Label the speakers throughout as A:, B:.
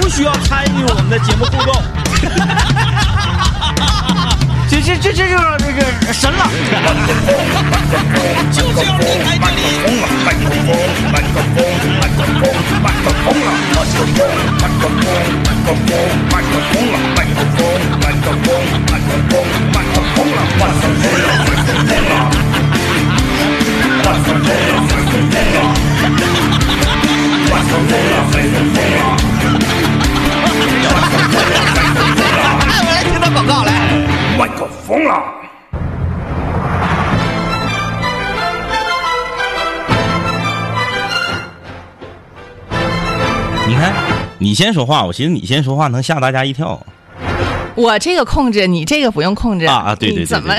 A: 不需要参与我们的节目互动。 这这这这就是这个神了。
B: 就是要离开这里。
C: 哎，我来听他广告来。
D: 麦克风了。
E: 你看，你先说话，我寻思你先说话能吓大家一跳
F: 我这个控制，你这个不用控制
E: 啊啊！对对对对
F: 你怎么？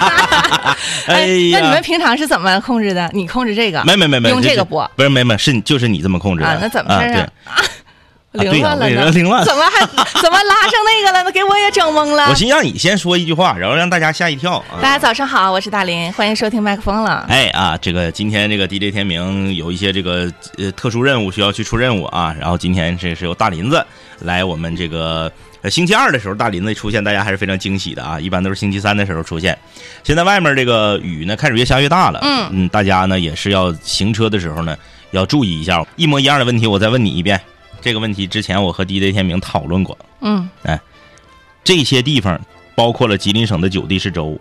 E: 哎呀
F: 那你们平常是怎么控制的？你控制这个？
E: 没没没没，
F: 用这个
E: 是
F: 播啊？
E: 不是没没是就是你这么控制的
F: 那怎么事
E: 对
F: 啊？啊， 凌
E: 对呀
F: 乱了
E: 我也
F: 呢？
E: 凌乱了
F: 怎么还怎么拉上那个了呢？给我也整懵了
E: 我。寻思让你先说一句话，然后让大家吓一跳
F: 大
E: 啊！
F: 家早上好，我是大林，欢迎收听麦克风了。
E: 哎啊，这个今天这个 DJ 天明有一些这个呃特殊任务需要去出任务啊，然后今天这是由大林子来我们这个呃星期二的时候，大林子出现，大家还是非常惊喜的啊，一般都是星期三的时候出现。现在外面这个雨呢开始越下越大了，
F: 嗯
E: 嗯，大家呢也是要行车的时候呢要注意一下，一模一样的问题我再问你一遍，这个问题之前我和 DJ 天明讨论过，
F: 嗯，
E: 这些地方包括了吉林省的九地市州，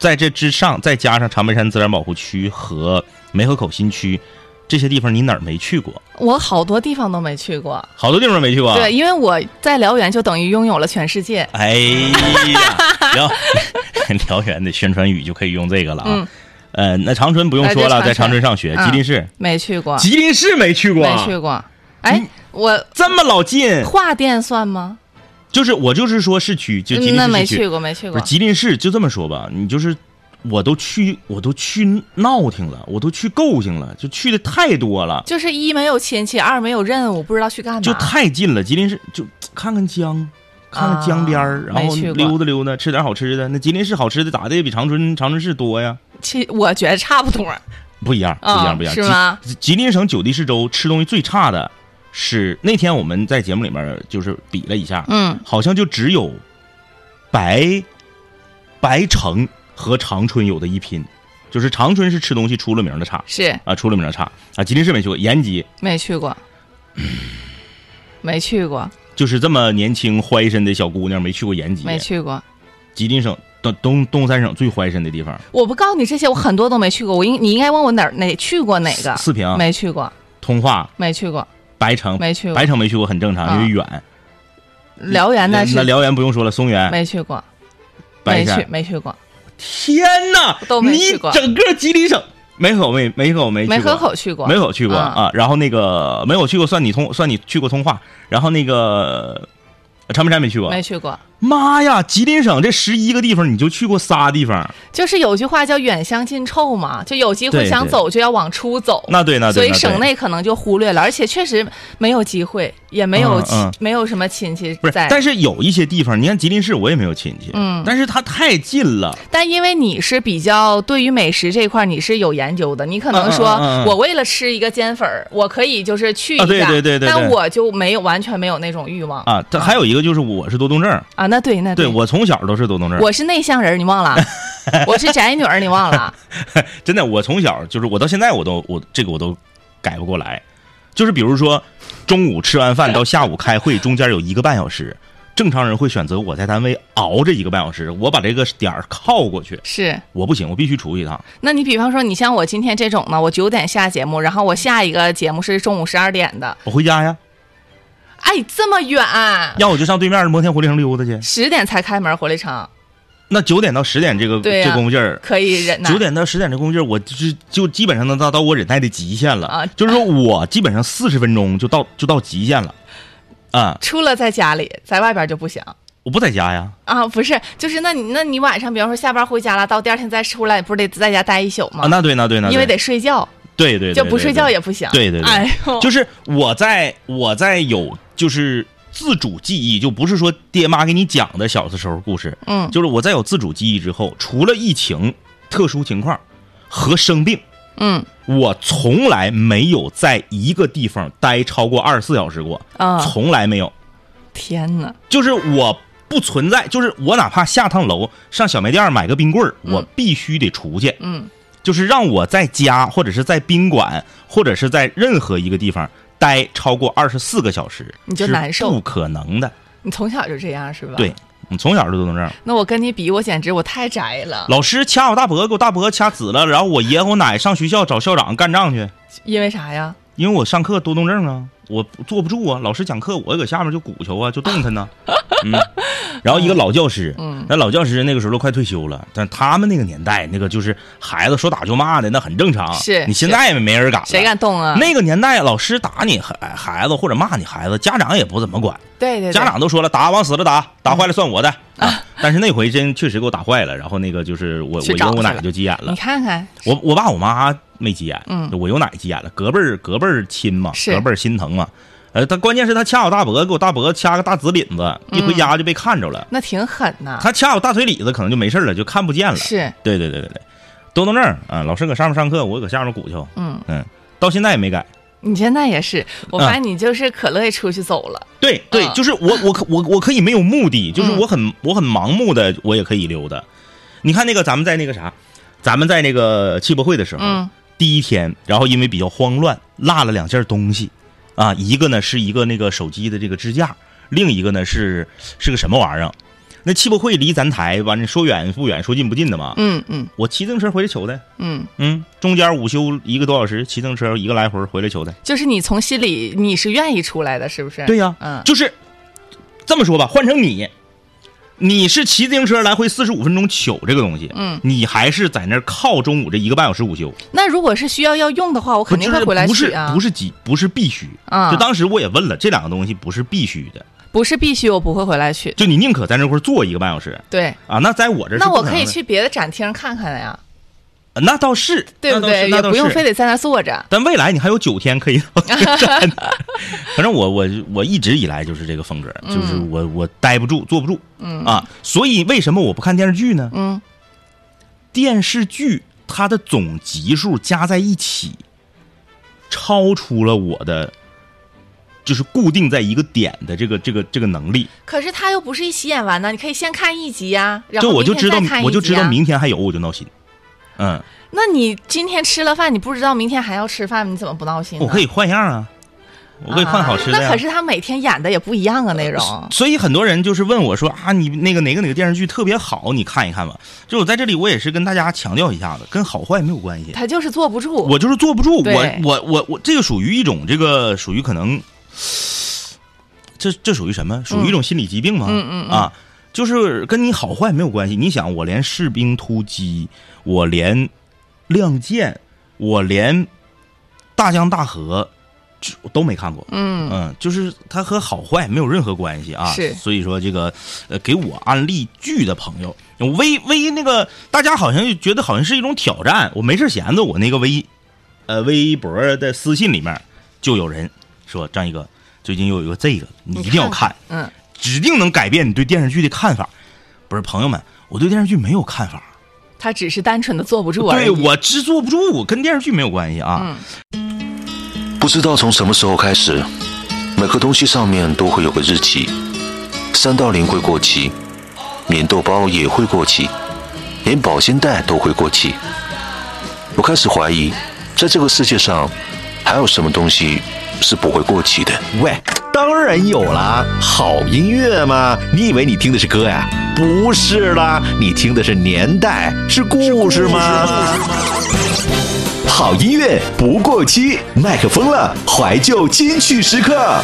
E: 在这之上再加上长白山自然保护区和梅河口新区，这些地方你哪儿没去过？
F: 我好多地方都没去过。
E: 好多地方没去过啊。
F: 对，因为我在辽源就等于拥有了全世界。
E: 哎 呀， 辽辽源的宣传语就可以用这个了啊
F: 嗯。
E: 呃，那长春不用说了，
F: 哎对
E: 在长春上学，
F: 嗯
E: 吉林市，
F: 没去过，
E: 吉林市没去过
F: 没
E: 啊，
F: 去过。哎，我
E: 这么老近，
F: 桦甸算吗？
E: 就是我就是说市区，就吉
F: 嗯
E: 林
F: 那
E: 市
F: 没
E: 市区
F: 去，过，没去
E: 不
F: 过
E: 是。吉林市，就这么说吧，你就是我都去，我都去闹挺了，我都去够性了，就去的太多了，
F: 就是一没有亲戚，二没有任务，不知道去干嘛。
E: 就太近了。吉林市就看看江，看看江边儿，
F: 啊
E: 然后
F: 没去过
E: 溜达溜达，吃点好吃的。那吉林市好吃的咋的也比长春长春市多呀？
F: 其我觉得差不多。
E: 不一样，不一
F: 啊
E: 样，不一样，
F: 是吗
E: 吉？吉林省九地市州吃东西最差的是那天我们在节目里面就是比了一下，
F: 嗯，
E: 好像就只有白白城和长春有的一拼，就是长春是吃东西出了名的差
F: 是
E: 啊，出了名的差啊。吉林市没去过，延吉
F: 没去过，没去过，
E: 就是这么年轻怀身的小姑娘没去过延吉，
F: 没去过。
E: 吉林省东东东三省最怀身的地方，
F: 我不告诉你这些，我很多都没去过。我应你应该问我哪儿哪去过哪个？
E: 四四平
F: 没去过，
E: 通化、
F: 没去过。
E: 白城
F: 没去过
E: 嗯白城没去过很正常，因为远。
F: 辽源
E: 那
F: 的是
E: 辽源不用说了，松原、
F: 没去过，
E: 白
F: 没
E: 山
F: 去，没去过。
E: 天哪，
F: 都没去过
E: 你整个吉林省梅河没梅河没去过
F: 梅河口去过，
E: 没有去过
F: 嗯
E: 啊。然后那个没有去过，算你通，算你去过通化。然后那个呃长白山没去过。
F: 没去过。
E: 妈呀，吉林省这十一个地方，你就去过仨地方。
F: 就是有句话叫远香近臭嘛，就有机
E: 对
F: 会
E: 对
F: 想走就要往出走。
E: 那对，那
F: 所
E: 对，
F: 以
E: 那对
F: 省内可能就忽略了，而且确实没有机会，也没有
E: 嗯
F: 亲、
E: 嗯
F: 没有什么亲戚
E: 不是，
F: 在。
E: 但是有一些地方，你看吉林市，我也没有亲戚，
F: 嗯
E: 但是它太近了，
F: 但因为你是比较对于美食这一块儿你是有研究的，你可能说
E: 嗯嗯嗯嗯嗯
F: 我为了吃一个煎粉儿，我可以就是去一下，
E: 啊对对对对对
F: 但我就没有完全没有那种欲望啊
E: 啊。它还有一个就是我是多动症，
F: 那啊对那
E: 对我从小都是多动症，
F: 我是内向人，你 忘了？我是宅女儿，你忘了？
E: 真的，我从小就是我到现在我都我这个我都改不过来，就是比如说中午吃完饭到下午开会中间有一个半小时，正常人会选择我在单位熬这一个半小时，我把这个点儿靠过去，
F: 是。
E: 我不行，我必须出去一趟。
F: 那你比方说，你像我今天这种呢，我九点下节目，然后我下一个节目是中午十二点的，
E: 我回家呀，
F: 哎，这么远，啊
E: 要我就上对面的摩天活力城溜达去。
F: 十点才开门，活力城
E: 那九点到十点这个、
F: 对呀
E: 这功夫劲儿，
F: 可以忍耐。
E: 九点到十点这功夫劲儿，我就是就基本上能达到我忍耐的极限了。
F: 啊
E: 就是说我基本上四十分钟就到就到极限了。啊、
F: 除了在家里，在外边就不行
E: 我不在家呀，
F: 啊！不是，就是那你那你晚上，比方说下班回家了，到第二天再出来，不是得在家待一宿吗？
E: 啊，那对那对那对，
F: 因为得睡觉，
E: 对对对，
F: 就
E: 对
F: 不睡
E: 对
F: 觉也不行。
E: 对对对
F: 哎呦，
E: 就是我在我在有就是自主记忆，就不是说爹妈给你讲的小的时候故事，
F: 嗯
E: 就是我在有自主记忆之后，除了疫情、特殊情况和生病，
F: 嗯，
E: 我从来没有在一个地方待超过二十四小时过，
F: 啊
E: 从来没有。
F: 天哪，
E: 就是我不存在，就是我哪怕下趟楼上小卖店买个冰棍儿，我必须得出去。
F: 嗯，
E: 就是让我在家或者是在宾馆或者是在任何一个地方待超过二十四个小时，
F: 你就难受
E: 是不可能的。
F: 你从小就这样是吧？
E: 对，你从小就都能这样。
F: 那我跟你比，我简直我太宅了，
E: 老师掐我大脖子，给我大脖子掐紫了，然后我爷和我奶上学校找校长干仗去，
F: 因为啥呀？
E: 因为我上课多动症啊，我坐不住啊，老师讲课我搁下面就鼓球啊，就动 弹呢。嗯，然后一个老教师，
F: 嗯，
E: 那老教师那个时候都快退休了，但他们那个年代，那个就是孩子说打就骂的，那很正常。
F: 是
E: 你现在也没人敢了，
F: 谁敢动啊？
E: 那个年代，老师打你孩孩子或者骂你孩子，家长也不怎么管，
F: 对对对，
E: 家长都说了打往死了打，打坏了算我的。啊、但是那回真确实给我打坏了，然后那个就是我
F: 去
E: 我
F: 找
E: 跟我
F: 去
E: 奶
F: 了
E: 就急眼了
F: 你，看看，
E: 我我爸我妈没急眼，
F: 嗯
E: 我有奶急眼了，隔辈儿隔辈儿亲嘛，
F: 是
E: 隔辈儿心疼嘛。呃，他关键是他掐我大脖子，给我大脖子掐个大紫领子，
F: 嗯
E: 一回家就被看着了。
F: 那挺狠呐。
E: 他掐我大腿里子，可能就没事了，就看不见了。
F: 是，
E: 对对对对对，多动症啊，老师搁上面上课，我搁下面鼓球，
F: 嗯，
E: 嗯，到现在也没改。
F: 你现在也是，我
E: 嗯
F: 发现你就是可乐意出去走了。
E: 对对，
F: 嗯
E: 就是我我可我我可以没有目的，就是我很、我很盲目的，我也可以溜达。你看那个咱们在那个啥，咱们在那个汽博会的时候，
F: 嗯
E: 第一天，然后因为比较慌乱，落了两件东西，啊，一个呢是一个那个手机的这个支架，另一个呢是是个什么玩意儿？那汽博会离咱台完了说远不远，说近不近的嘛。
F: 嗯嗯
E: 我骑自行车回来取的，
F: 嗯，
E: 嗯，中间午休一个多小时，骑自行车一个来回儿回来取的。
F: 就是你从心里你是愿意出来的，是不是？
E: 对呀
F: 嗯，
E: 就是这么说吧，换成你，你是骑自行车来回四十五分钟取这个东西，
F: 嗯，
E: 你还是在那儿靠中午这一个半小时午休，
F: 那如果是需要要用的话，我肯定
E: 不
F: 会
E: 是
F: 回来
E: 不
F: 取
E: 是
F: 啊。
E: 不
F: 是
E: 是急，不是必须。
F: 啊
E: 就当时我也问了，这两个东西不是必须的，
F: 不是必须，我不会回来取。
E: 就你宁可在那块儿坐一个半小时
F: 对，
E: 啊，那在我这儿是
F: 那
E: 不
F: 我
E: 能
F: 可以
E: 的，
F: 去别的展厅看看呀，
E: 呃那倒是，
F: 对不
E: 那倒是
F: 对？
E: 那
F: 也
E: 倒
F: 不用
E: 是。
F: 非得在那坐着。
E: 但未来你还有九天可以 到 这个站的。反正我我我一直以来就是这个风格，就是
F: 嗯
E: 我我待不住，坐不住，嗯啊，所以为什么我不看电视剧呢？
F: 嗯，
E: 电视剧它的总集数加在一起，超出了我的。就是固定在一个点的这个这个这个能力，
F: 可是它又不是一起演完呢，你可以先看一集呀、然
E: 就
F: 后
E: 我就
F: 明
E: 知
F: 天
E: 道
F: 再看一集啊
E: 我就知道。明天还有我就闹心，嗯，
F: 那你今天吃了饭，你不知道明天还要吃饭，你怎么不闹心呢？啊
E: 我可以换样啊，我可以换好吃的、呀。
F: 那可是他每天演的也不一样啊，内容。
E: 所以很多人就是问我说啊，你那个哪个哪个电视剧特别好，你看一看吧。就我在这里，我也是跟大家强调一下子，跟好坏没有关系。
F: 他就是坐不住。
E: 我就是坐不住，
F: 对
E: 我我我我，这个属于一种这个属于可能，这这属于什么？属于一种心理疾病吗？
F: 嗯嗯嗯
E: 啊，就是跟你好坏没有关系。你想，我连《士兵突击》，我连《亮剑》，我连《大江大河》这都没看过。
F: 嗯，
E: 嗯，就是它和好坏没有任何关系啊。
F: 是
E: 所以说这个呃，给我安利剧的朋友，微微那个大家好像就觉得好像是一种挑战。我没事闲着，我那个微呃微博的私信里面就有人说张一哥最近又有一个这个，你一定要
F: 看
E: 看，
F: 嗯，
E: 指定能改变你对电视剧的看法。不是朋友们，我对电视剧没有看法，
F: 他只是单纯的坐不住而已。
E: 对我制作不住，跟电视剧没有关系啊。
F: 嗯
B: 不知道从什么时候开始，每个东西上面都会有个日期，三道零会过期，棉豆包也会过期，连保鲜袋都会过期。我开始怀疑，在这个世界上，还有什么东西是不会过期的？
D: 喂，当然有啦，好音乐嘛！你以为你听的是歌呀？不是啦，你听的是年代，是故事嘛。好音乐不过期，麦克风了，怀旧金曲时刻。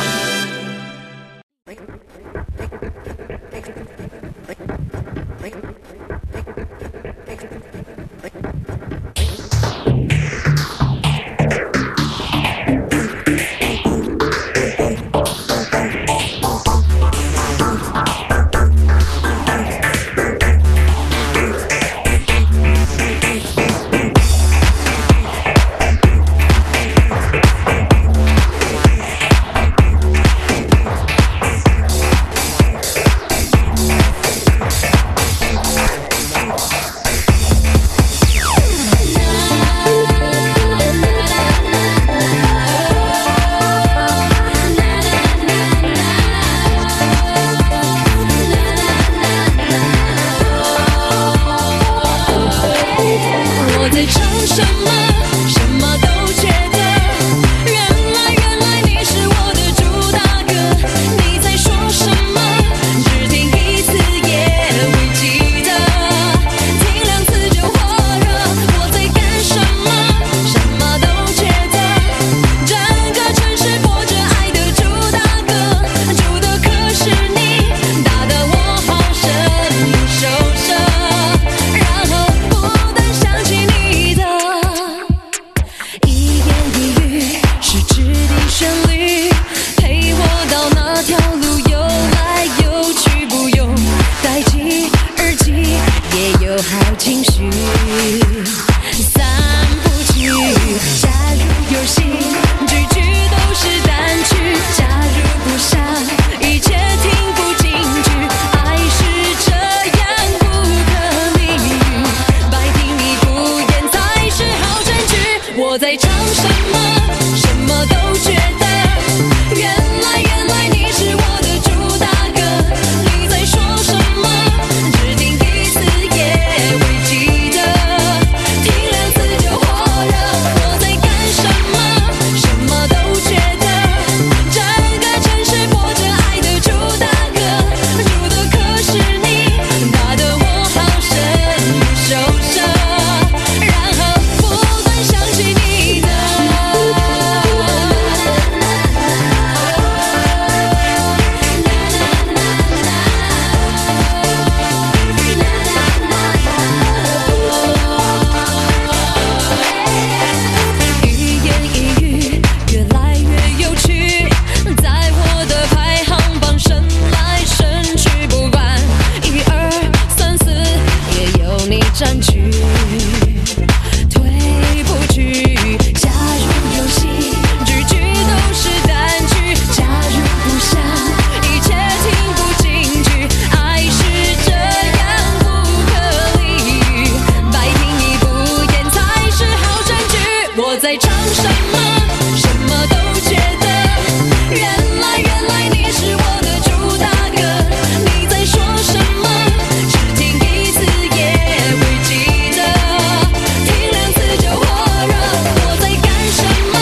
G: 条路游来游去，不用戴起耳机，也有好情绪。散步去，假如有心，句句都是单曲。假如不傻，一切听不进去。爱是这样不可理喻，百听你不厌才是好证据。我在唱什么，什么都觉得。原来原来你是我的主打歌，你在说什么？只听一次也会记得，听两次就活了。我在干什么？什么都觉得。整个城市播着爱的主打歌，主的可是你，打的我好生受伤，然后不断想起你的。一言一语越来越有趣，在我的排行榜升来升去，不管一二三四，也有你占据。退不去，假如有心，句句都是单曲。假如不想，一切听不进去。爱是这样不可理喻，百听你不厌才是好证据。我在唱什么，什么都觉得。原来，原来你是我的主打歌。你在说什么？只听一次也会记得，听两次就火热。我在干什么？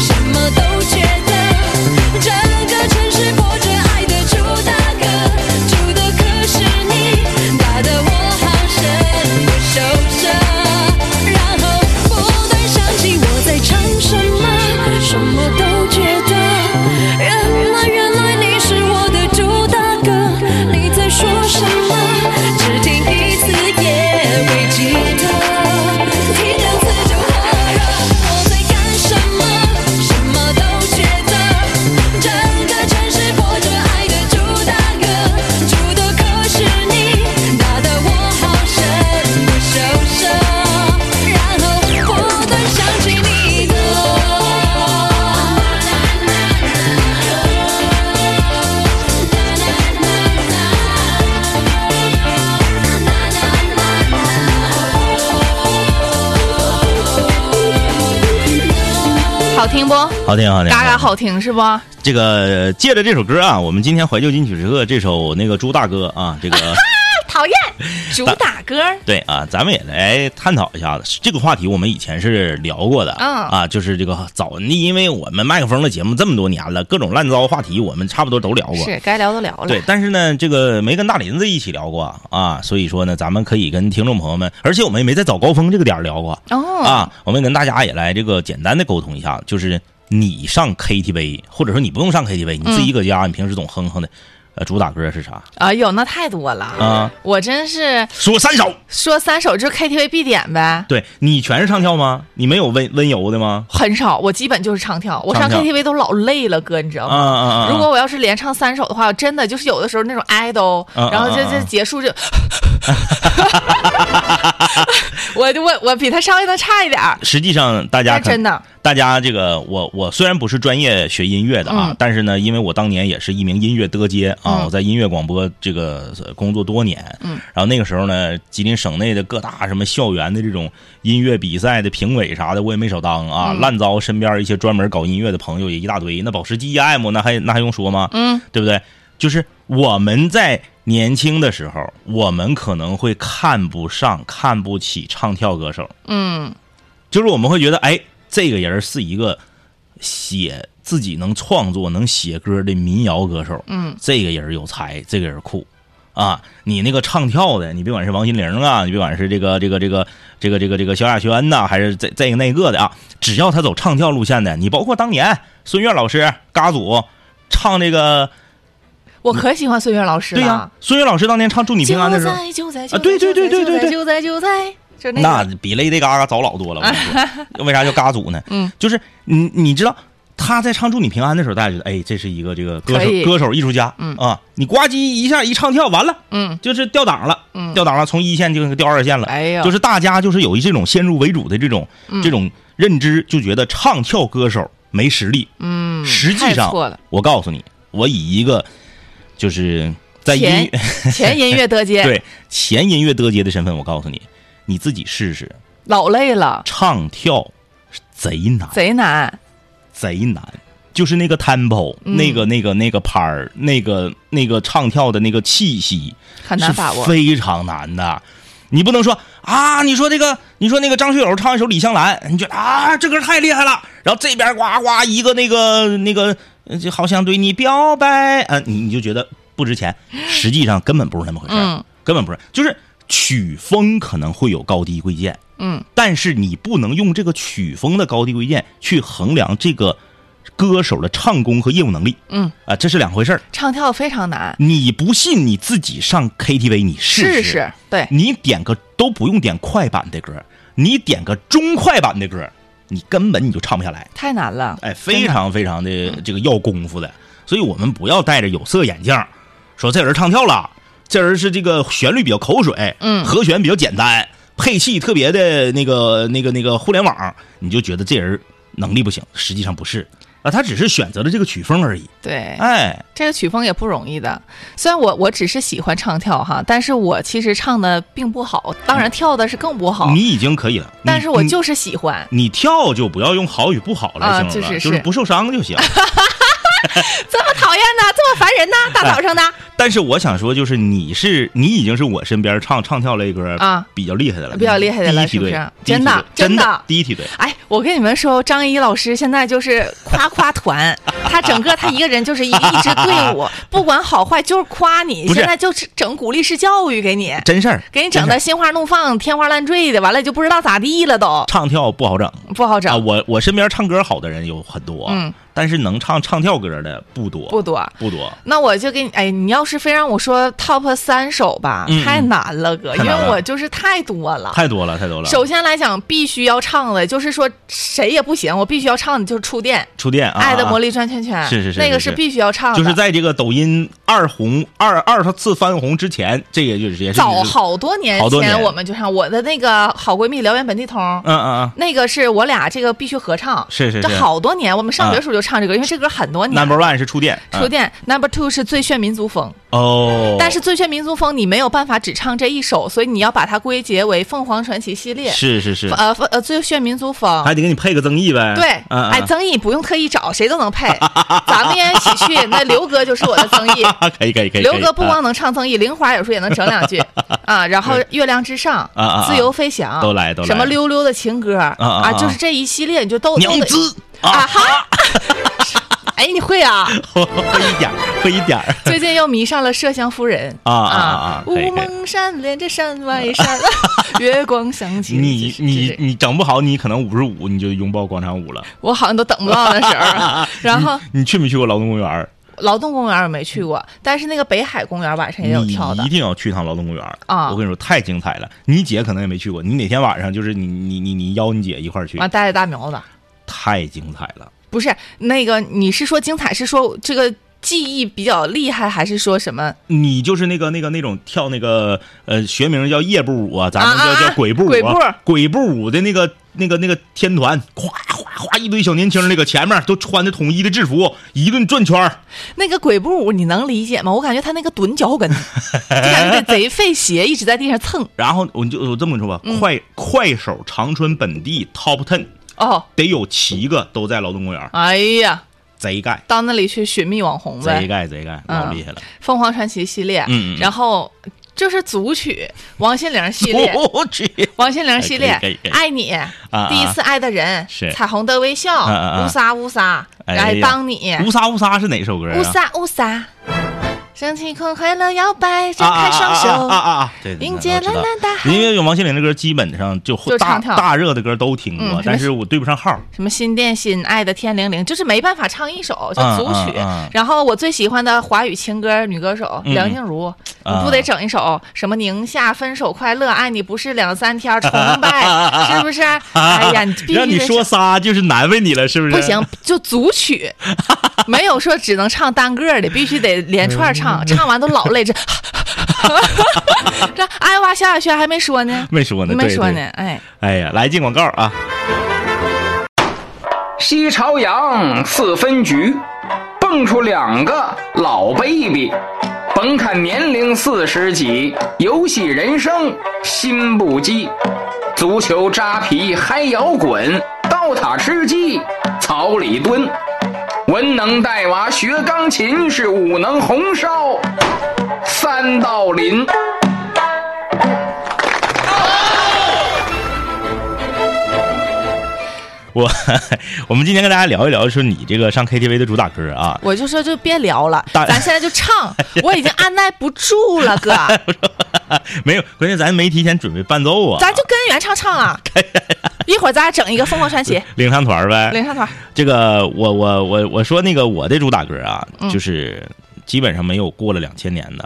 G: 什么都觉得。整个城市播着爱的主打歌，主的可是你，打的我好生受伤。然后不断想起我在唱什么，什么都觉得。原来，原来你是我的主打歌，你在说什么？只听一次也会记得，听两次就火热。我在干什么？什么都觉得。整个城市播着爱的主打歌，主的可是你，打得我好生受伤，然后不断想起你的。
F: 好听不？
E: 好听，好听，
F: 嘎嘎好听是不？
E: 这个借着这首歌啊，我们今天怀旧金曲时刻这首那个朱大哥啊，这 个
F: 讨厌，主打歌儿
E: 对啊，咱们也来探讨一下子这个话题。我们以前是聊过的，
F: 嗯
E: 啊，就是这个早，因为我们麦克风的节目这么多年了，各种烂糟话题我们差不多都聊过。
F: 是该聊的聊 了。
E: 对，但是呢，这个没跟大林子一起聊过啊，所以说呢，咱们可以跟听众朋友们，而且我们也没在早高峰这个点儿聊过
F: 哦，
E: 啊，我们跟大家也来这个简单的沟通一下，就是你上 KTV，或者说你不用上 KTV，你自己搁家，你平时总哼哼的，呃，主打歌是啥
F: 哎呦，那太多了
E: 啊？
F: 我真是
E: 说三首，
F: 说三首就是 KTV 必点呗，
E: 对你全是唱跳吗？你没有温温柔的吗？
F: 很少，我基本就是唱跳。我上
E: 唱跳
F: KTV 都老累了，哥，你知道
E: 啊
F: 吗？
E: 啊啊！
F: 如果我要是连唱三首的话，真的就是有的时候那种 idol，、
E: 嗯
F: 然后这
E: 嗯
F: 这
E: 嗯
F: 结束就， 我我我比他稍微能差一点儿，
E: 实际上大家
F: 但
E: 可
F: 真的
E: 大家这个，我我虽然不是专业学音乐的啊，
F: 嗯
E: 但是呢，因为我当年也是一名音乐的街啊，
F: 嗯
E: 我在音乐广播这个呃工作多年，
F: 嗯，
E: 然后那个时候呢，吉林省内的各大什么校园的这种音乐比赛的评委啥的，我也没少当啊，
F: 嗯
E: 烂糟身边一些专门搞音乐的朋友也一大堆，那保时捷 EM 那还那还用说吗？
F: 嗯，
E: 对不对？就是我们在年轻的时候，我们可能会看不上、看不起唱跳歌手，
F: 嗯，
E: 就是我们会觉得，哎，这个人是一个写自己能创作、能写歌的民谣歌手，
F: 嗯，
E: 这个人有才，这个人酷。啊，你那个唱跳的，你别管是王心凌啊，你别管是这个这个这个这个这个这个萧亚轩呐、还是这这个那个的啊，只要他走唱跳路线的，你包括当年孙悦老师、嘎组唱这个，
F: 我可喜欢孙悦老师了。
E: 对呀、孙悦老师当年唱《祝你
F: 就
E: 平安》的时候，
F: 在就在
E: 啊对对对对对对
F: 就在就在就在就那
E: 那
F: 个
E: 比 Lady Gaga 早老多了。我跟你说为啥叫嘎组呢？
F: 嗯，
E: 就是你你知道他在唱《祝你平安》的时候，大家觉得，哎，这是一个这个歌手
F: 可、以
E: 歌手、艺术家，
F: 嗯
E: 啊，你呱唧一下一唱跳，完了，
F: 嗯，
E: 就是掉档了，
F: 嗯
E: 掉档了，从一线就掉二线了，
F: 哎呦嗯
E: 就是大家就是有一这种先入为主的这种、这种认知，就觉得唱跳歌手没实力，
F: 嗯，
E: 实际
F: 太
E: 上
F: 错了，
E: 我告诉你，我以一个就是在音
F: 前
E: 乐
F: 前音 乐得接，
E: 对前音乐得接的身份，我告诉你，你自己试试，
F: 老累了，
E: 唱跳是贼难，
F: 贼难，
E: 贼难。就是那个 tempo，、
F: 嗯
E: 那个、那个、那个拍儿，那个、那个唱跳的那个气息，
F: 很难把握
E: 是。非常难的。你不能说啊，你说这个，你说那个张学友唱一首《李香兰》，你觉得啊，这歌太厉害了，然后这边呱呱一个那个那个，呃就好想对你表白，啊，你你就觉得不值钱，实际上根本不是那么回事儿，
F: 嗯
E: 根本不是，就是曲风可能会有高低贵贱，
F: 嗯，
E: 但是你不能用这个曲风的高低贵贱去衡量这个歌手的唱功和业务能力，
F: 嗯，
E: 啊，这是两回事儿。
F: 唱跳非常难，
E: 你不信，你自己上 KTV 你试
F: 试试，对，
E: 你点个都不用点快板的歌，你点个中快板的歌，你根本你就唱不下来。
F: 太难了。
E: 哎，非
F: 真的
E: 常非常的这个要功夫的，所以我们不要戴着有色眼镜儿，说这人唱跳了，这人是这个旋律比较口水，
F: 嗯
E: 和弦比较简单，配器特别的那个那个那个互联网，你就觉得这人能力不行，实际上不是啊，他只是选择了这个曲风而已。
F: 对，
E: 哎，
F: 这个曲风也不容易的。虽然我我只是喜欢唱跳哈，但是我其实唱的并不好，当然跳的是更不好。
E: 嗯哎你已经可以了，
F: 但
E: 你
F: 是我
E: 你
F: 就是喜欢，
E: 你跳就不要用好与不好来
F: 啊
E: 形容了，
F: 就是
E: 就是
F: 是
E: 不受伤 就行。
F: 这么讨厌呢，这么烦人呢，大早上的，
E: 但是我想说，就是你是你已经是我身边唱唱跳类歌
F: 啊
E: 比较厉害的了，
F: 比较厉害的了
E: 第一梯队第
F: 是不是
E: 一梯队
F: 真的
E: 真
F: 真的
E: 第一梯队。
F: 哎，我跟你们说，张一老师现在就是夸夸 团，他整个他一个人就是一一支队伍，不管好坏就是夸你，
E: 不是
F: 现在就是整鼓励式教育给你，
E: 真事儿，
F: 给你整的
E: 真事
F: 心花怒放、天花乱坠的，完了就不知道咋地了都
E: 儿，唱跳不好整
F: 不好
E: 啊！
F: 整，
E: 我我身边唱歌好的人有很多，
F: 嗯，
E: 但是能唱唱跳歌的不多，
F: 不多。
E: 不多。
F: 那我就给你，哎，你要是非让我说 top 三首吧，
E: 嗯
F: 太难了，哥，
E: 太
F: 因
E: 难了
F: 为我就是太多了。
E: 太多了，太多了。
F: 首先来讲，必须要唱的，就是说谁也不行，我必须要唱的就是《触电》
E: 触电啊，
F: 爱的魔
E: 力
F: 力转圈圈》，
E: 是是是
F: 那个
E: 是
F: 是
E: 是
F: 必须要唱的，
E: 就是在这个抖音二红二二次翻红之前，这个就是也是
F: 早，好多年
E: 好多年
F: 前我们就唱我的那个好闺蜜辽源本地通。
E: 嗯嗯嗯
F: 那个是我俩这个必须合唱，
E: 是是是嗯
F: 这好多年，我们上学时候就唱这歌，因为这歌很多年。
E: ，Number One 是触电，
F: 触电 number two 是最炫民族风，
E: 嗯哦，
F: 但是最炫民族风你没有办法只唱这一首，所以你要把它归结为凤凰传奇系列。
E: 是是是，
F: 呃呃，最炫民族风。
E: 还得给你配个曾毅呗，
F: 对，
E: 嗯嗯
F: 哎，曾毅不用特意找，谁都能配。咱们演喜 剧，那刘哥就是我的曾毅。
E: 啊，可以可以可以。
F: 刘
E: 可以
F: 哥不光能唱曾毅，玲花有时候也能整两 句啊。然后《月亮之上
E: 啊啊》、
F: 《自由飞翔》
E: 都来都来
F: 什么溜溜的情歌
E: 啊啊
F: 就是这一系列你就都都
E: 娘
F: 得
E: 子
F: 啊哈。哎，你会啊？
E: 啊， 会一点儿会一点 儿。
F: 最近又迷上了《麝香夫人》
E: 啊啊啊
F: 啊
E: 啊！可以
F: 乌
E: 可以
F: 蒙山连着山外山， 月光想起
E: 你
F: 就是
E: 你
F: 就是
E: 你整不好，你可能五十五你就拥抱广场舞 了。
F: 我好像都等不到那时 候。然后
E: 你去没去过劳动公园儿？
F: 劳动公园我没去过，但是那个北海公园晚上也有
E: 你
F: 哎跳的
E: 一定要去趟劳动公园儿
F: 啊
E: 我跟你说，太精彩了。你姐可能也没去过，你哪天晚上就是你你你你邀你姐一块儿去
F: 完，带着大苗子。
E: 太精彩了。
F: 不是那个，你是说精彩是说这个技艺比较厉害，还是说什么？
E: 你就是那个那个那种跳那个呃学名叫夜步舞啊，咱们
F: 啊
E: 叫
F: 啊啊
E: 叫鬼步舞、啊，
F: 鬼步
E: 鬼步舞的那个那个那个天团，哗哗哗一堆小年轻，那个前面都穿着统一的制服，一顿转圈儿
F: 那个鬼步舞你能理解吗？我感觉他那个蹲 脚跟，就感觉得贼费鞋，一直在地上蹭。
E: 然后我就我这么说吧，
F: 嗯
E: 快快手长春本地 Top Ten
F: 哦，
E: 得有七个都在劳动公园，
F: 哎呀，
E: 贼盖，
F: 到那里去寻觅网红
E: 贼
F: 呗，
E: 盖，贼盖，
F: 嗯
E: 老厉害了。
F: 凤凰传奇系列，
E: 嗯嗯嗯
F: 然后就是组曲，王心凌系 列。
E: 我去，
F: 王心凌系
E: 哦哎
F: 列
E: 可以可以可以，
F: 爱你
E: 啊，
F: 第一次爱的人
E: 是，
F: 彩虹的微笑
E: 啊啊，啊
F: 乌沙乌沙，
E: 哎
F: 来
E: 呀
F: 帮你，
E: 乌沙乌沙是哪首歌啊？
F: 乌撒乌撒，生气空快乐摇摆，
E: 啊
F: 张
E: 啊
F: 开双
E: 啊啊啊
F: 手，
E: 啊啊！对，
F: 迎接
E: 那
F: 蓝
E: 我知道
F: 蓝大
E: 因
F: 海。
E: 为有王心凌的歌，基本上就
F: 就
E: 大
F: 唱跳
E: 大热的歌都听
F: 嗯什
E: 过
F: 么，
E: 但是我对不上号。
F: 什么心电心爱的天灵灵，就是没办法唱一首，就组曲
E: 嗯嗯嗯。
F: 然后我最喜欢的华语情歌女歌手
E: 嗯
F: 梁静茹，你不得整一首什么“宁夏分手快乐，爱你不是两三天儿，崇拜”， 是不是？哎呀，你必须
E: 让你
F: 得
E: 说仨就是难为你了，是不是？
F: 不行，就组 曲，没有说只能唱单个儿的，必须得连串儿
E: 嗯
F: 唱，唱完都老累这。 这哎哇，萧亚轩还没说呢，
E: 没说呢，
F: 没
E: 对
F: 说。
E: 对
F: 呢，哎，
E: 哎呀，来进广告啊！
H: 西朝阳四分局，蹦出两个老 baby。甭看年龄四十几，游戏人生心不羁。足球扎皮嗨摇滚，刀塔吃鸡草里蹲。文能带娃学钢琴，是武能红烧三道林。
E: 我我们今天跟大家聊一聊，说你这个上 KTV 的主打歌啊，
F: 我就说就别聊了，
E: 大
F: 咱现在就唱，我已经按耐不住了， 哥，
E: 没有，关键咱没提前准备伴奏啊，
F: 咱就跟原唱 唱啊，一会儿咱俩整一个凤凰传奇
E: 领唱团儿呗，
F: 领唱团，
E: 这个我我我我说那个我的主打歌啊，就是基本上没有过了两千年的、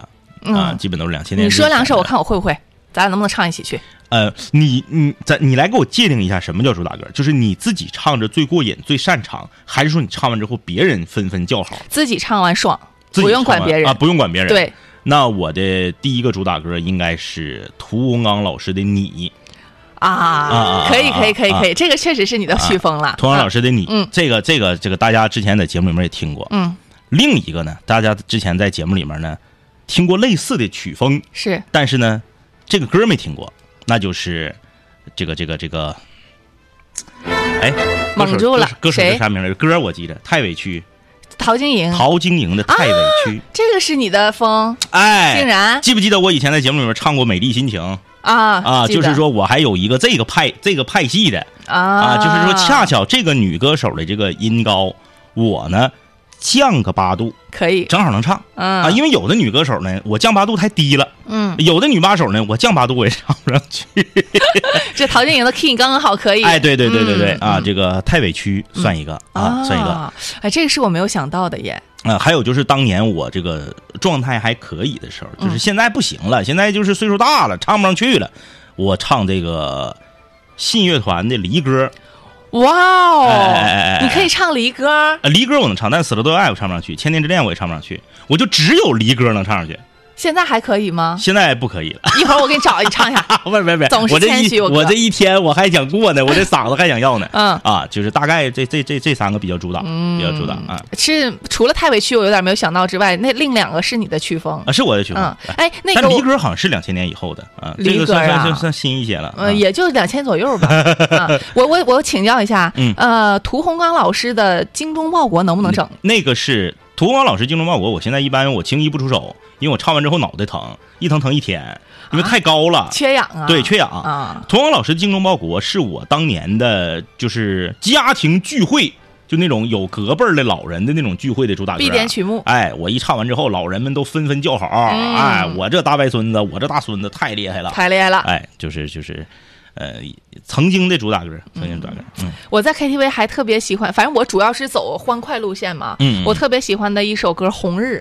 E: 啊，
F: 嗯，
E: 基本都是两千年。
F: 你说两首，我。看我会不会，咱俩能不能唱一起去？
E: 呃，你你咱你来给我界定一下什么叫主打歌，就是你自己唱着最过瘾、最擅长，还是说你唱完之后别人纷纷叫好，
F: 自己唱完爽，
E: 自己
F: 不用
E: 唱完
F: 管别人
E: 啊，不用管别人。
F: 对。
E: 那我的第一个主打歌应该是屠洪刚老师的《你
F: 啊
E: 啊，
F: 可以
E: 啊
F: 可以可以
E: 啊
F: 可以，这个确实是你的曲风》，了。
E: 屠洪刚老
F: 师，
E: 师的《你》
F: 嗯
E: 这个这个这个，大家之前在节目里面也听过。
F: 嗯，
E: 另一个呢，大家之前在节目里面呢听过类似的曲风，
F: 啊是
E: 但是呢，这个歌没听过，那就是这个这个这个，哎，
F: 蒙
E: 歌手
F: 住
E: 歌
F: 了
E: 手歌手
F: 谁嗯
E: 叫啥名来着？歌我记着，太委屈，
F: 陶晶莹，
E: 陶晶莹的《太委屈》
F: 这个是你的风
E: 哎，
F: 啊竟然
E: 记不记得我以前在节目里面唱过《美丽心情》
F: 啊
E: 啊？
F: 记
E: 就
F: 得
E: 是说我还有一个这个派这个派系的
F: 啊
E: 啊，
F: 啊
E: 就是说恰巧这个女歌手的这个音高，我呢降个八度，
F: 可以
E: 正好能唱。
F: 嗯
E: 啊，因为有的女歌手呢，我降八度太低了；
F: 嗯，
E: 有的女把手呢，我降八度我也唱不上去。
F: 这陶晶莹的 key 刚刚好可以。
E: 哎，对对对对对
F: 嗯
E: 啊，这个太委屈算一个啊，算一个啊。
F: 啊，哎，这个是我没有想到的耶。
E: 还有就是当年我这个状态还可以的时候，就是
F: 嗯
E: 现在不行了，现在就是岁数大了，唱不上去了。我唱这个信乐团的离歌，
F: 哇
E: 哎哎哎哎哎，
F: 哦你可以唱离歌，
E: 呃，离歌我能唱，但死了都要爱我唱不上去，千年之恋我也唱不上去，我就只有离歌能唱上去。
F: 现在还可 以吗？
E: 现在不可以了，
F: 一会儿我给你找，你唱一下。
E: 不是不是不是
F: 总是
E: 我这
F: 谦
E: 一
F: 虚我哥
E: 我这一天我还想过呢，我这嗓子还想要呢。
F: 嗯
E: 啊，就是大概这这这这三个比较主打，比较主打啊
F: 是除了太委屈，我有点没有想到之外，那另两个是你的曲风
E: 啊，。是我的曲目。
F: 嗯
E: 哎，
F: 哎，那个
E: 但
F: 我
E: 离歌好像是两千年以后的啊，
F: 离
E: 这个
F: 歌
E: 算算
F: 啊
E: 算算新一些了。啊
F: 呃，也就两千左 右吧。啊、我我我请教一下，
E: 嗯
F: 呃，屠洪刚老师的《精忠报国》能不能整？
E: 那个是屠洪刚老师《精忠报国》，我现在一般我轻易不出手，因为我唱完之后脑袋疼，一疼疼一天，因为太高了，
F: 啊缺氧啊？
E: 对，缺氧。
F: 啊
E: 屠洪刚老师《精忠报国》是我当年的，就是家庭聚会，就那种有隔辈儿的老人的那种聚会的主打歌、啊，
F: 必点曲目
E: 哎，我一唱完之后，老人们都纷纷叫好，
F: 嗯
E: 哎，我这大外孙子，我这大孙子太厉害了，
F: 太厉害了！
E: 哎，就是就是，呃，曾经的主打歌，曾经的主打歌，嗯
F: 我在 KTV 还特别喜欢，反正我主要是走欢快路线嘛。
E: 嗯嗯
F: 我特别喜欢的一首歌《红日》，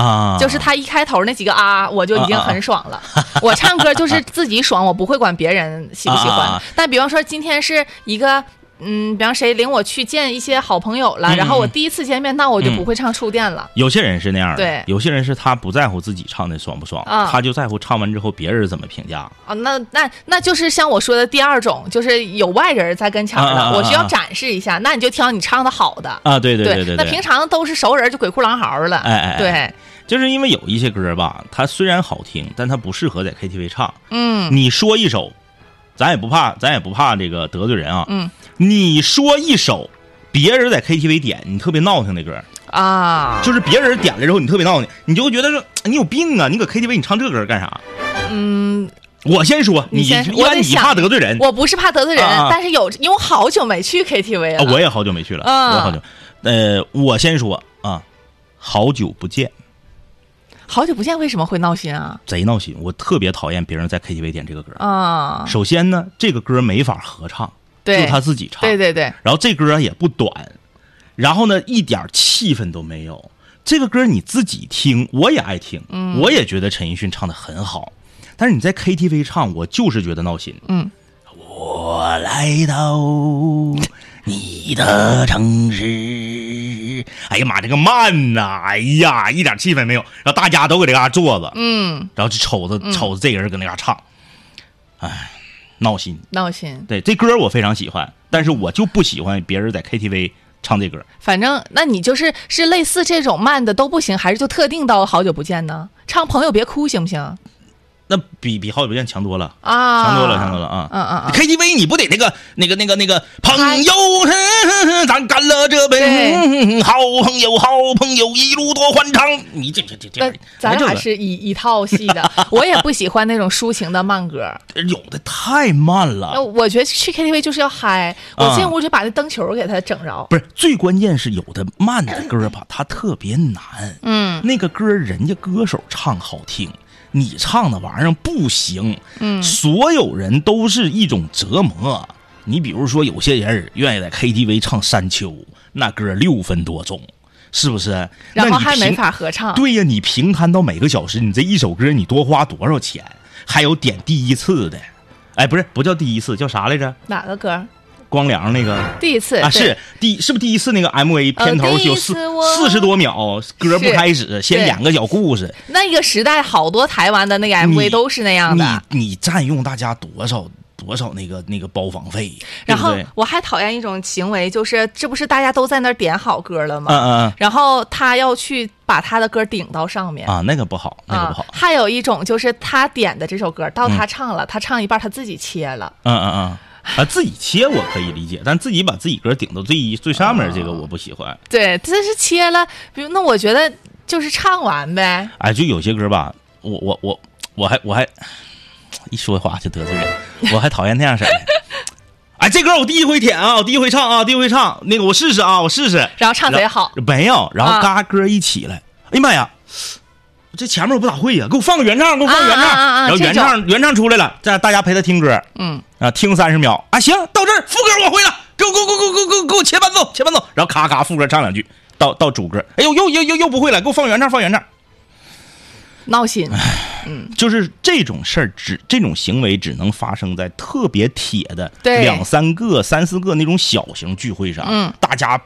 E: 啊，
F: 就是他一开头那几个啊，我就已经很爽了。我唱歌就是自己爽，我不会管别人喜不喜欢。
E: 啊啊啊
F: 但比方说今天是一个。嗯，比方谁领我去见一些好朋友了，
E: 嗯嗯
F: 然后我第一次见面，那我就
E: 嗯
F: 不会唱触电了。
E: 有些人是那样的，
F: 对
E: 有些人是他不在乎自己唱的爽不爽，
F: 啊
E: 他就在乎唱完之后别人怎么评价。
F: 啊，那那那就是像我说的第二种，就是有外人在跟前儿了，
E: 啊啊啊啊
F: 我需要展示一下，那你就挑你唱的好的。
E: 啊，对对对
F: 那
E: 对，
F: 平常都是熟人，就鬼哭狼嚎了。
E: 哎哎哎
F: 对，
E: 就是因为有一些歌吧，它虽然好听，但它不适合在 KTV 唱。
F: 嗯，
E: 你说一首，咱也不怕，咱也不怕这个得罪人啊。
F: 嗯，
E: 你说一首。别人在 KTV 点你特别闹腾的歌，
F: 啊，
E: 就是别人点了之后你特别闹腾，你就会觉得说哎你有病啊！你搁 KTV 你唱这歌干啥？
F: 嗯，
E: 我先说，
F: 你
E: 你
F: 先
E: 一
F: 我得
E: 般你
F: 想
E: 怕得罪人，
F: 我不是怕得罪人，
E: 啊啊
F: 但是有，因为我好久没去 KTV
E: 啊，
F: 了。
E: 我也好久没去了，
F: 啊
E: 我好久，呃，我先说啊，好久不见，
F: 好久不见，为什么会闹心啊？
E: 贼闹心，我特别讨厌别人在 KTV 点这个歌。
F: 啊，
E: 首先呢，这个歌没法合唱，
F: 对
E: 就他自己唱，
F: 对对对，
E: 啊然后这歌也不短，然后呢，一点气氛都没有。这个歌你自己听，我也爱听，
F: 嗯
E: 我也觉得陈奕迅唱的很好，但是你在 KTV 唱，我就是觉得闹心。
F: 嗯，
E: 我来到你的城市，哎呀妈，这个慢呐、哎呀，一点气氛没有，然后大家都搁这嘎坐着，
F: 嗯，
E: 然后就瞅着瞅着这个人搁那嘎唱，哎，闹心。
F: 闹心。
E: 对这歌我非常喜欢，但是我就不喜欢别人在 KTV 唱这歌。
F: 反正，那你就是是类似这种慢的都不行，还是就特定到好久不见呢？唱朋友别哭行不行啊？
E: 那比比好久不见强多了，强多了，强多了啊！
F: 嗯嗯嗯
E: KTV 你不得那个那个那个那个朋友 是咱干了这杯，嗯好朋友好朋友一路多欢畅。你这这这
F: 那
E: 这，
F: 咱
E: 这
F: 俩
E: 个
F: 是一一套系 的，我也不喜欢那种抒情的慢歌。
E: 有的太慢
F: 那
E: 了，
F: 我觉得去 KTV 就是要嗨，我
E: 啊
F: 进屋就把那灯球给它整着。
E: 不是最关键是有的慢的歌吧，它特别难。
F: 嗯，
E: 那个歌人家歌手唱好听，你唱那玩意儿不行。嗯，所有人都是一种折磨。你比如说，有些人愿意在 KTV 唱《山丘》，那歌六分多钟，是不是？
F: 然
E: 那
F: 后
E: 你
F: 还没
E: 平
F: 法合唱。
E: 对呀，你平摊到每个小时，你这一首歌你多花多少钱？还有点第一次的，哎，不是不叫第一次，叫啥来着？
F: 哪个歌？
E: 光良那个。
F: 第一次
E: 啊，
F: 对
E: 是第是不是第一次那个 MV
F: 呃
E: 片头
F: 第一
E: 有
F: 次
E: 四
F: 我
E: 四十多秒，歌不
F: 是
E: 开始，先
F: 对
E: 演个小故事，
F: 那个时代，好多台湾的那个 MV
E: 你
F: 都是那样的。
E: 你你占用大家多少多少那个那个包房费，
F: 然后
E: 对不对
F: 我还讨厌一种行为，就是这不是大家都在那儿点好歌了吗？
E: 嗯嗯
F: 然后他要去把他的歌顶到上面
E: 嗯。啊，那个不好，那个不好
F: 啊，，还有一种就是他点的这首歌，到他唱了，他唱一半他自己切了，
E: 嗯嗯嗯。啊，自己切我可以理解，但自己把自己歌顶到最最上面，这
F: 哦
E: 个我不喜欢。
F: 对，这是切了。比如那我觉得就是唱完呗，
E: 哎，就有些歌吧，我我我我还我还一说话就得罪人，我还讨厌那样式儿的。哎，这歌我第一回舔啊，我第一回唱啊，第一回唱，那个我试试啊，我试试。
F: 然后唱贼好，
E: 没有，然后
F: 啊
E: 嘎歌一起来，哎呀妈呀，这前面我不咋会呀、给我放个原唱，给我放个原唱，
F: 啊啊啊啊
E: 然后
F: 这
E: 原唱原唱出来了，再大家陪他听歌，
F: 嗯
E: 啊，听三十秒啊，行，到这儿副歌我会了，给我给我给我给我给我给我切伴奏切伴奏，然后咔咔副歌唱两句，到到主歌，哎呦又又又又不会了，给我放原唱放原唱，
F: 闹心。
E: 哎就是这种事儿只这种行为只能发生在特别铁的
F: 对
E: 两三个、三四个那种小型聚会上，
F: 嗯
E: 大家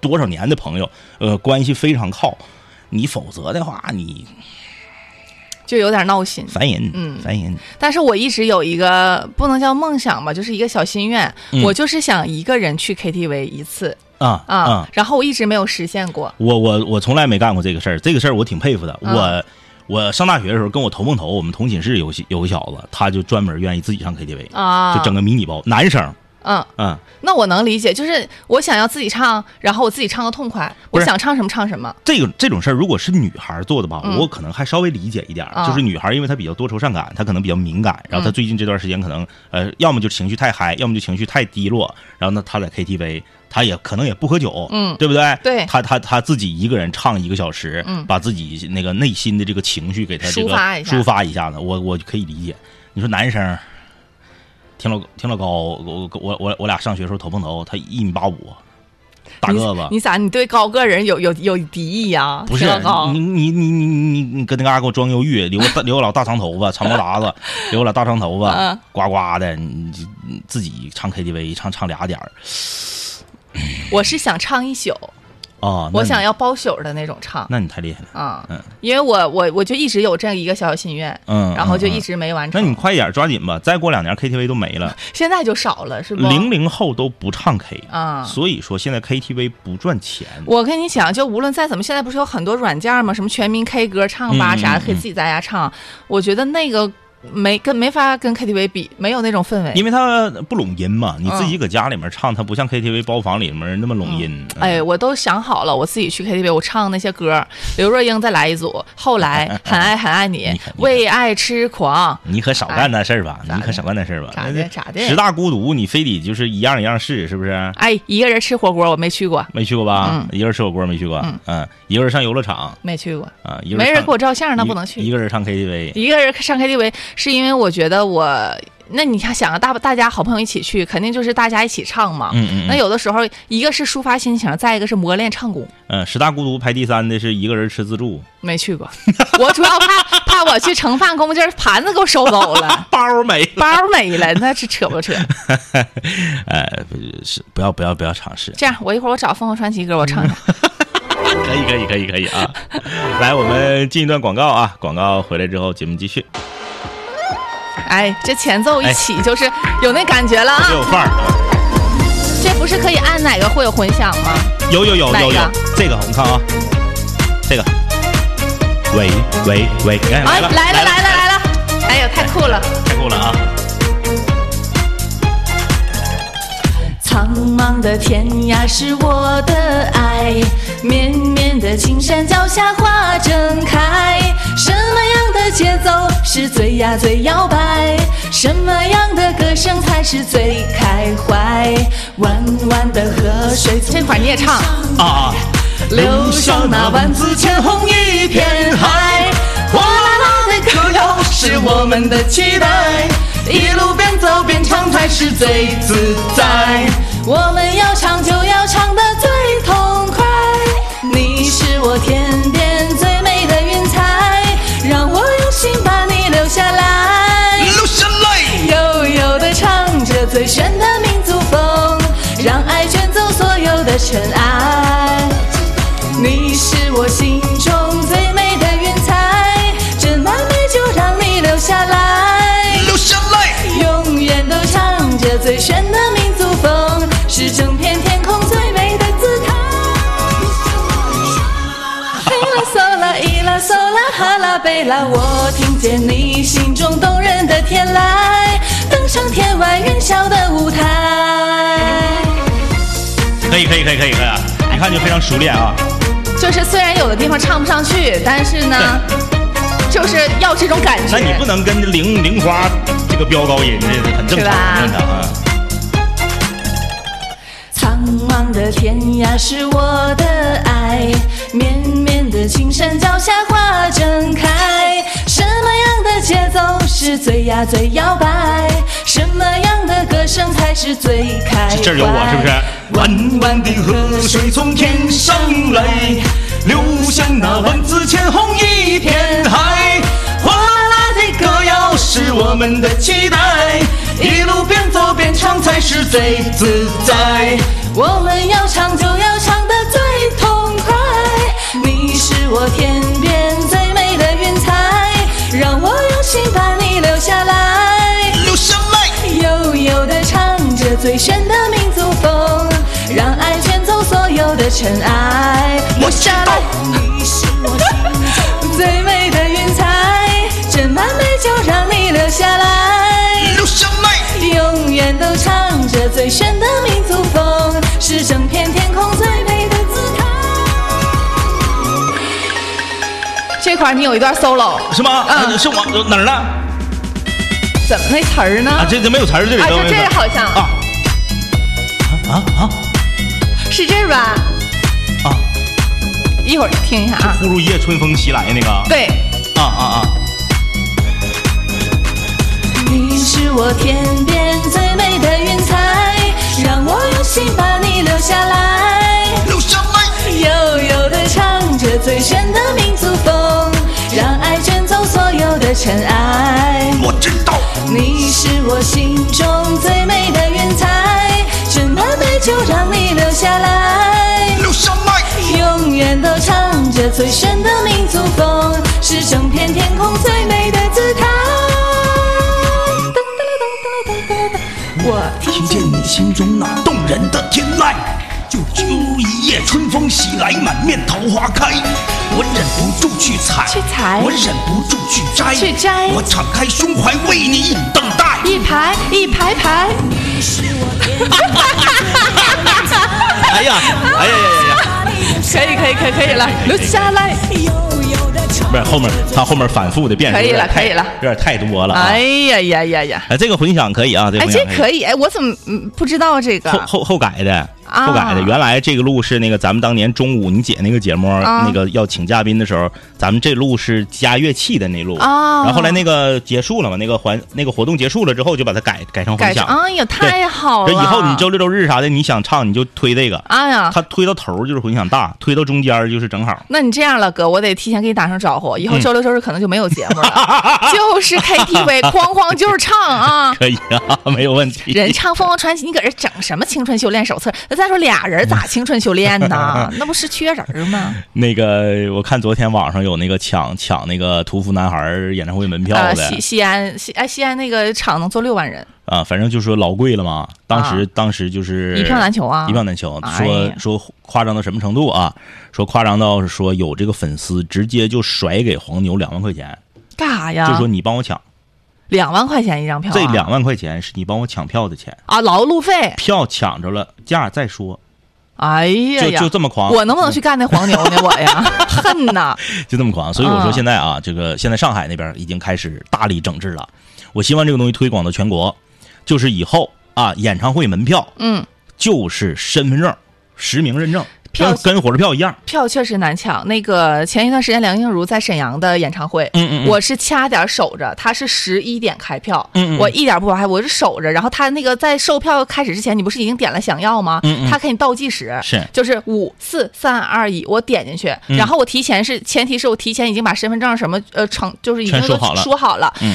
E: 多少年的朋友，呃，关系非常靠。你否则的话，你
F: 就有点闹心。
E: 烦人，
F: 嗯
E: 烦人。
F: 但是我一直有一个不能叫梦想吧，就是一个小心愿，
E: 嗯
F: 我就是想一个人去 KTV 一次
E: 啊
F: 啊，然后我一直没有实现过。
E: 我我我从来没干过这个事儿，这个事儿我挺佩服的。
F: 嗯
E: 我我上大学的时候，跟我头碰头，我们同寝室有个有个小子，他就专门愿意自己上 KTV，、
F: 啊
E: 就整个迷你包，男生，
F: 嗯，
E: 嗯，
F: 那我能理解，就是我想要自己唱，然后我自己唱的痛快，
E: 不
F: 我
E: 是
F: 想唱什么唱什么。
E: 这个这种事儿，如果是女孩做的吧，
F: 嗯
E: 我可能还稍微理解一点儿，
F: 啊嗯
E: 就是女孩因为她比较多愁善感，她可能比较敏感，然后她最近这段时间可能呃，要么就情绪太嗨，要么就情绪太低落，然后呢，她在 KTV，她也可能也不喝酒，
F: 嗯
E: 对不对？
F: 对
E: 她她她自己一个人唱一个小时，
F: 嗯
E: 把自己那个内心的这个情绪给她这个
F: 抒发一下
E: 抒发一下子，我我可以理解。你说男生。挺老挺老高，我我我我俩上学时候头碰头，他一米八五，大个子。
F: 你咋？你对高个人有有有敌意呀、
E: 不是
F: 挺高
E: 你你你你你你搁那嘎给我装忧郁，留个大留个老大长头发，长毛达子，留个老大长头发
F: 嗯，
E: 呱呱的，你你你自己唱 KTV 唱唱俩点儿
F: 我是想唱一宿，
E: 啊！那
F: 我
E: 你
F: 想，要包宿的那种唱
E: 那你太厉害了，
F: 啊、
E: 嗯
F: 因为我我我就一直有这样一个小小心愿，
E: 嗯，
F: 然后就
E: 嗯
F: 一。
E: 嗯
F: 直没完
E: 那
F: 成。
E: 你快点儿抓紧吧，再过两年 KTV 都没了，
F: 现在就少了 是不？
E: 零零后都不唱 K
F: 啊
E: 所以说现在 KTV 不赚钱。
F: 我跟你讲，就无论再怎么，现在不是有很多软件吗？什么全民 K 歌唱吧
E: 嗯嗯
F: 啥的，
E: 嗯
F: 可以自己在家唱。我觉得那个没跟没法跟 KTV 比，没有那种氛围。
E: 因为它不拢音嘛，你自
F: 嗯
E: 己搁家里面唱，它不像 KTV 包房里面那么拢音。嗯
F: 哎，，我都想好了，我自己去 KTV，我唱那些歌，刘若英再来一组，后来很爱很爱
E: 你
F: 你
E: 看，你
F: 为爱痴狂，
E: 你可少干那事儿吧，
F: 哎咋
E: 你可
F: 的
E: 少干那事儿吧。
F: 咋
E: 那
F: 的
E: 这
F: 咋的
E: 十大孤独，你非得就是一样一样试，是不是？
F: 哎，一个人吃火锅我没去过，
E: 没去过吧
F: 嗯？
E: 一个人吃火锅没去过
F: 嗯，
E: 嗯，一个人上游乐场
F: 没去过，
E: 啊，一个
F: 没人
E: 上
F: 给我照相，那
E: 一
F: 不能
E: 一
F: 去。
E: 个人上 KTV，
F: 一个人上 KTV 是因为我觉得我
A: 那你看想啊，大大家好朋友一起去，肯定就是大家一起唱嘛。
E: 嗯嗯嗯
A: 那有的时候，一个是抒发心情，再一个是磨练唱功。
E: 嗯，十大孤独排第三的是一个人吃自助，，
A: 没去过， 我主要怕怕我去盛饭功夫，这盘子给我收走了
E: 包儿没了。
A: 包没了，那是扯不扯？
E: 哎，不是，不要不要不要尝试。
A: 这样，我一会儿我找凤凰传奇歌，我唱一下。
F: 嗯
E: 可以可以可以可以啊！ 来，我们进一段广告啊，广告回来之后节目继续，
A: 哎，这前奏一起就是有那感觉了啊
F: 哎
E: 这！有范儿，
A: 这不是可以按哪个会有混响吗？
E: 有有有
A: 哪
E: 有
A: 个
E: 有，这个我们看啊，这个，喂喂喂，哎
A: 哎，
E: 来了
A: 来了来了
E: 了，
A: 来了！哎呦，太酷了！
E: 太酷了啊！
F: 苍茫的天涯是我的爱，绵绵的青山脚下花正开。什么样的节奏是最呀最摇摆？什么样的歌声才是最开怀？弯弯的河水从
A: 这块儿你也唱，
E: 啊，
F: 流向那万紫千红一片海，哗啦啦的歌谣是我们的期待，一路边走边唱才是最自在。我们要唱就要唱得最痛快，你是我天边最美的云彩，让我用心把你留下来。悠悠地唱着最炫的民族风，让爱卷走所有的尘埃。你是我心中最美的云彩，这完美就让你留下来，留下来，永远都唱着最炫的民族风，是整片天空最美的姿态。伊拉嗦啦伊拉嗦啦哈啦贝拉，我听见你心中动人的天籁，登上天外云霄的舞台。
E: 可以可以可以可以可以啊，一看就非常熟练啊，
A: 就是虽然有的地方唱不上去，但是呢，就是要这种感觉。
E: 那你不能跟玲玲花这个飙高音，这很正
A: 是
E: 常，
A: 吧
E: 很正常啊。
F: 苍茫的天涯是我的爱，绵绵的青山脚下花正开。什么样的节奏是最呀最摇摆？什么样的歌声才是最开怀？
E: 这儿有我是不是？
A: 哎
F: 弯弯的河水从天上来，流向那万紫千红一片海。哗啦啦的歌谣是我们的期待，一路边走边唱才是最自在。我们要唱就要唱得最痛快，你是我天边最美的云彩，让我用心把你留下来。悠悠地唱着最炫的民族风，让爱卷走所有的尘埃。留下来，你是我心中最美的云彩，这完美就让你留下来。留下来，永远都唱着最炫的民族风，是整片天空最美的姿态。
A: 这块儿你有一段 solo，
E: 是吗？
A: 嗯
E: 啊是我哪儿了？
A: 怎么那词儿呢？
E: 啊，这这没有词儿，这里
A: 啊
E: 头
A: 这
E: 没有词儿
A: 这好像
E: 啊
A: 是这儿吧？
E: 啊，
A: 一会儿听一下啊。
E: 忽如一夜春风袭来那个啊
A: 对，
E: 啊啊，
F: 你是我天边最美的云彩，让我用心把你留下来。留下来，悠悠地唱着最炫的民族风，让爱卷走所有的尘埃。我知道，你是我心中最美的云彩，这完美就让你留下来。留下来，永远都唱着最炫的民族风，是整片天空最美的姿态。我听见你心中那动人的天籁，就就一夜春风袭来，满面桃花开。我忍不住去采，
A: 去采
F: 我忍不住去摘，
A: 去摘
F: 我敞开胸怀为你等待。
A: 一排一排排，
E: 哎呀哎呀呀呀呀！
A: 可以可以可以可以了，留下来。
E: 不是后面他后面反复的变，
A: 可以
E: 有点
A: 了
E: 太
A: 可以了
E: 有点太多了啊。
A: 哎呀呀呀呀！
E: 哎，这个混响可以啊，这个
A: 哎，
E: 混响
A: 这可以哎，我怎么嗯不知道这
E: 后
A: 个？
E: 后后改的，
F: 啊
E: 后改的。原来这个路是那个咱们当年中午你姐那个节目，
F: 啊
E: 那个要请嘉宾的时候，咱们这路是加乐器的那路。
F: 啊，
E: 然后后来那个结束了嘛，那个环那个活动结束了之后，就把它改改成
F: 改
E: 混
F: 成，
A: 啊
E: 响。
F: 哎呀，太好
E: 这
F: 了！
E: 以后你周六周日啥的，你想唱你就推这
A: 啊
E: 个，
F: 哎呀，
E: 它推到头儿就是混响大，推到中间儿就是正好。
F: 那你这样了，哥，我得提前给你打声招呼，
E: 嗯
F: 以后周六周日可能就没有节目了， 就是 KTV 哐哐就是唱啊。
E: 可以啊， 没有问题。
F: 人唱《凤凰传奇》，你搁这整什么青春修炼手册？那再说俩
E: 嗯
F: 人咋青春修炼 呢？那不是缺人儿吗？
E: 那个，我看昨天网上有那个抢抢那个屠夫男孩儿演唱会门票
F: 呃，
E: 的
F: 西西安西哎西安那个场能坐六万人，
E: 啊，反正就说老贵了嘛。当时、
F: 啊
E: 当时就是
F: 一票难求啊
E: 一票难求。
F: 哎
E: 说
F: 呀
E: 说夸张到什么程度啊？说夸张到是说有这个粉丝直接就甩给黄牛两万块钱，
F: 干啥呀？
E: 就说你帮我抢，
F: 啊两万块钱一张票、啊，
E: 这两万块钱是你帮我抢票的钱，
F: 啊劳务费，
E: 票抢着了价再说，
F: 哎呀
E: 就
F: 呀，
E: 就这么狂。
F: 我能不能去干那黄牛 呢？我呀，恨呐！
E: 就这么狂。所以我说
F: 啊
E: 现在啊，这个现在上海那边已经开始大力整治了。我希望这个东西推广到全国，就是以后啊，演唱会门票
F: 嗯，
E: 就是身份证、实名认证，
F: 票
E: 跟跟火车票一样。
F: 票确实难抢。那个前一段时间梁静茹在沈阳的演唱会，
E: 嗯嗯嗯
F: 我是掐点守着，她是十一点开票，
E: 嗯嗯
F: 我一点不往后，我是守着。然后她那个在售票开始之前，你不是已经点了想要吗？
E: 嗯嗯
F: 她给你倒计时，
E: 是
F: 就是五四三二一，我点进去，
E: 嗯
F: 然后我提前是前提是我提前已经把身份证什么呃成就是已经
E: 全
F: 都
E: 说好了
F: 说好了，
E: 嗯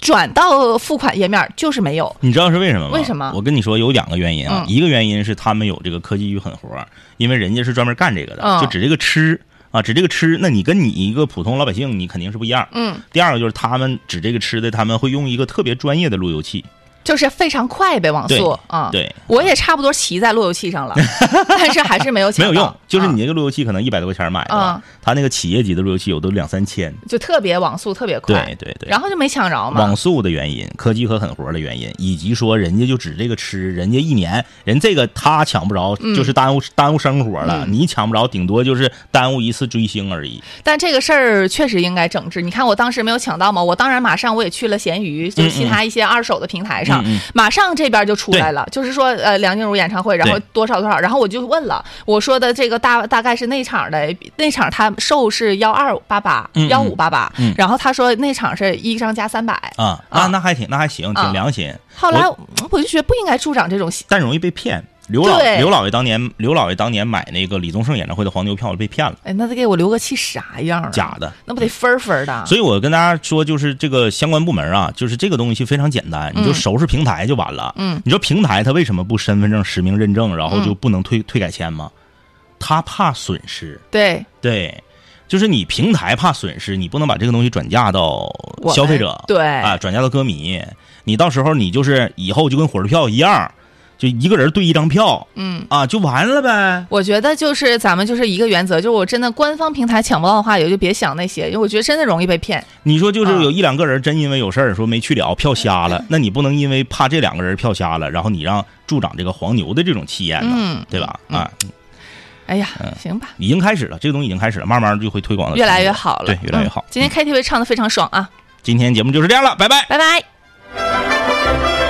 F: 转到付款页面就是没有，
E: 你知道是为什么吗？
F: 为什么
E: 我跟你说有两个原因啊，
F: 嗯
E: 一个原因是他们有这个科技与狠活儿，因为人家是专门干这个的，
F: 嗯
E: 就指这个吃啊，指这个吃，那你跟你一个普通老百姓，你肯定是不一样。
F: 嗯，
E: 第二个就是他们指这个吃的，他们会用一个特别专业的路由器，
F: 就是非常快呗，网
E: 对
F: 速啊。
E: 对，
F: 我也差不多骑在路由器上 了，但是还是没有抢
E: 没
F: 到
E: 有用，就是你那
F: 啊嗯
E: 个路由器可能一百多块钱买的吧，他那个企业级的路由器有都两三千。
F: 就特别网速特别快，
E: 对对对
F: 然后就没抢着嘛
E: 网。速的原因，科技和狠活的原因，以及说人家就指这个吃，人家一年人这个他抢不着，
F: 嗯
E: 就是耽误、耽误生活了。你抢不着，顶多就是耽误一次追星而已。
F: 但这个事儿确实应该整治。你看我当时没有抢到嘛，我当然马上我也去了闲鱼，就是其他一些二手的平台上，
E: 嗯嗯嗯
F: 马上这边就出来了，就是说呃梁静茹演唱会，然后
E: 对
F: 多少多少，然后我就问了，我说的这个大大概是那场的那场他售是幺二八八
E: 嗯嗯
F: 幺五八八
E: 嗯，
F: 然后他说那场是一张加三百。
E: 啊，那那还挺，那还行，
F: 啊
E: 挺良心。
F: 后来
E: 我
F: 我我就觉得不应该助长这种
E: 但容易被骗。刘老
F: 对
E: 刘老爷当年，刘老爷当年买那个李宗盛演唱会的黄牛票被骗了，
F: 哎，那得给我留个气啥样啊？
E: 假的。嗯
F: 那不得分儿分儿的？
E: 所以我跟大家说，就是这个相关部门啊，就是这个东西非常简单，你就收拾平台就完了。
F: 嗯，
E: 你说平台它为什么不身份证实名认证，然后就不能退、退改签吗？他怕损失，
F: 对
E: 对，就是你平台怕损失，你不能把这个东西转嫁到
F: 我们
E: 消费者，
F: 对
E: 啊，转嫁到歌迷，你到时候你就是以后就跟火车票一样，就一个人对一张票，
F: 嗯
E: 啊，就完了呗。
F: 我觉得就是咱们就是一个原则，就是我真的官方平台抢不到的话，也就别想那些，因为我觉得真的容易被骗。
E: 你说就是
F: 啊嗯
E: 有一两个人真因为有事儿说没去了，票瞎 了，那你不能因为怕这两个人票瞎了，然后你让助长这个黄牛的这种气焰呢，
F: 嗯
E: 对吧？啊，
F: 哎呀，
E: 嗯
F: 行吧，
E: 已经开始了，这个东西已经开始了，慢慢就会推广的
F: 越来越好了，
E: 嗯
F: 嗯
E: 对，越来越好嗯
F: 嗯。今天 KTV 唱的非常爽啊，
E: 今天节目就是这样了，拜拜。
F: 拜拜。
G: 我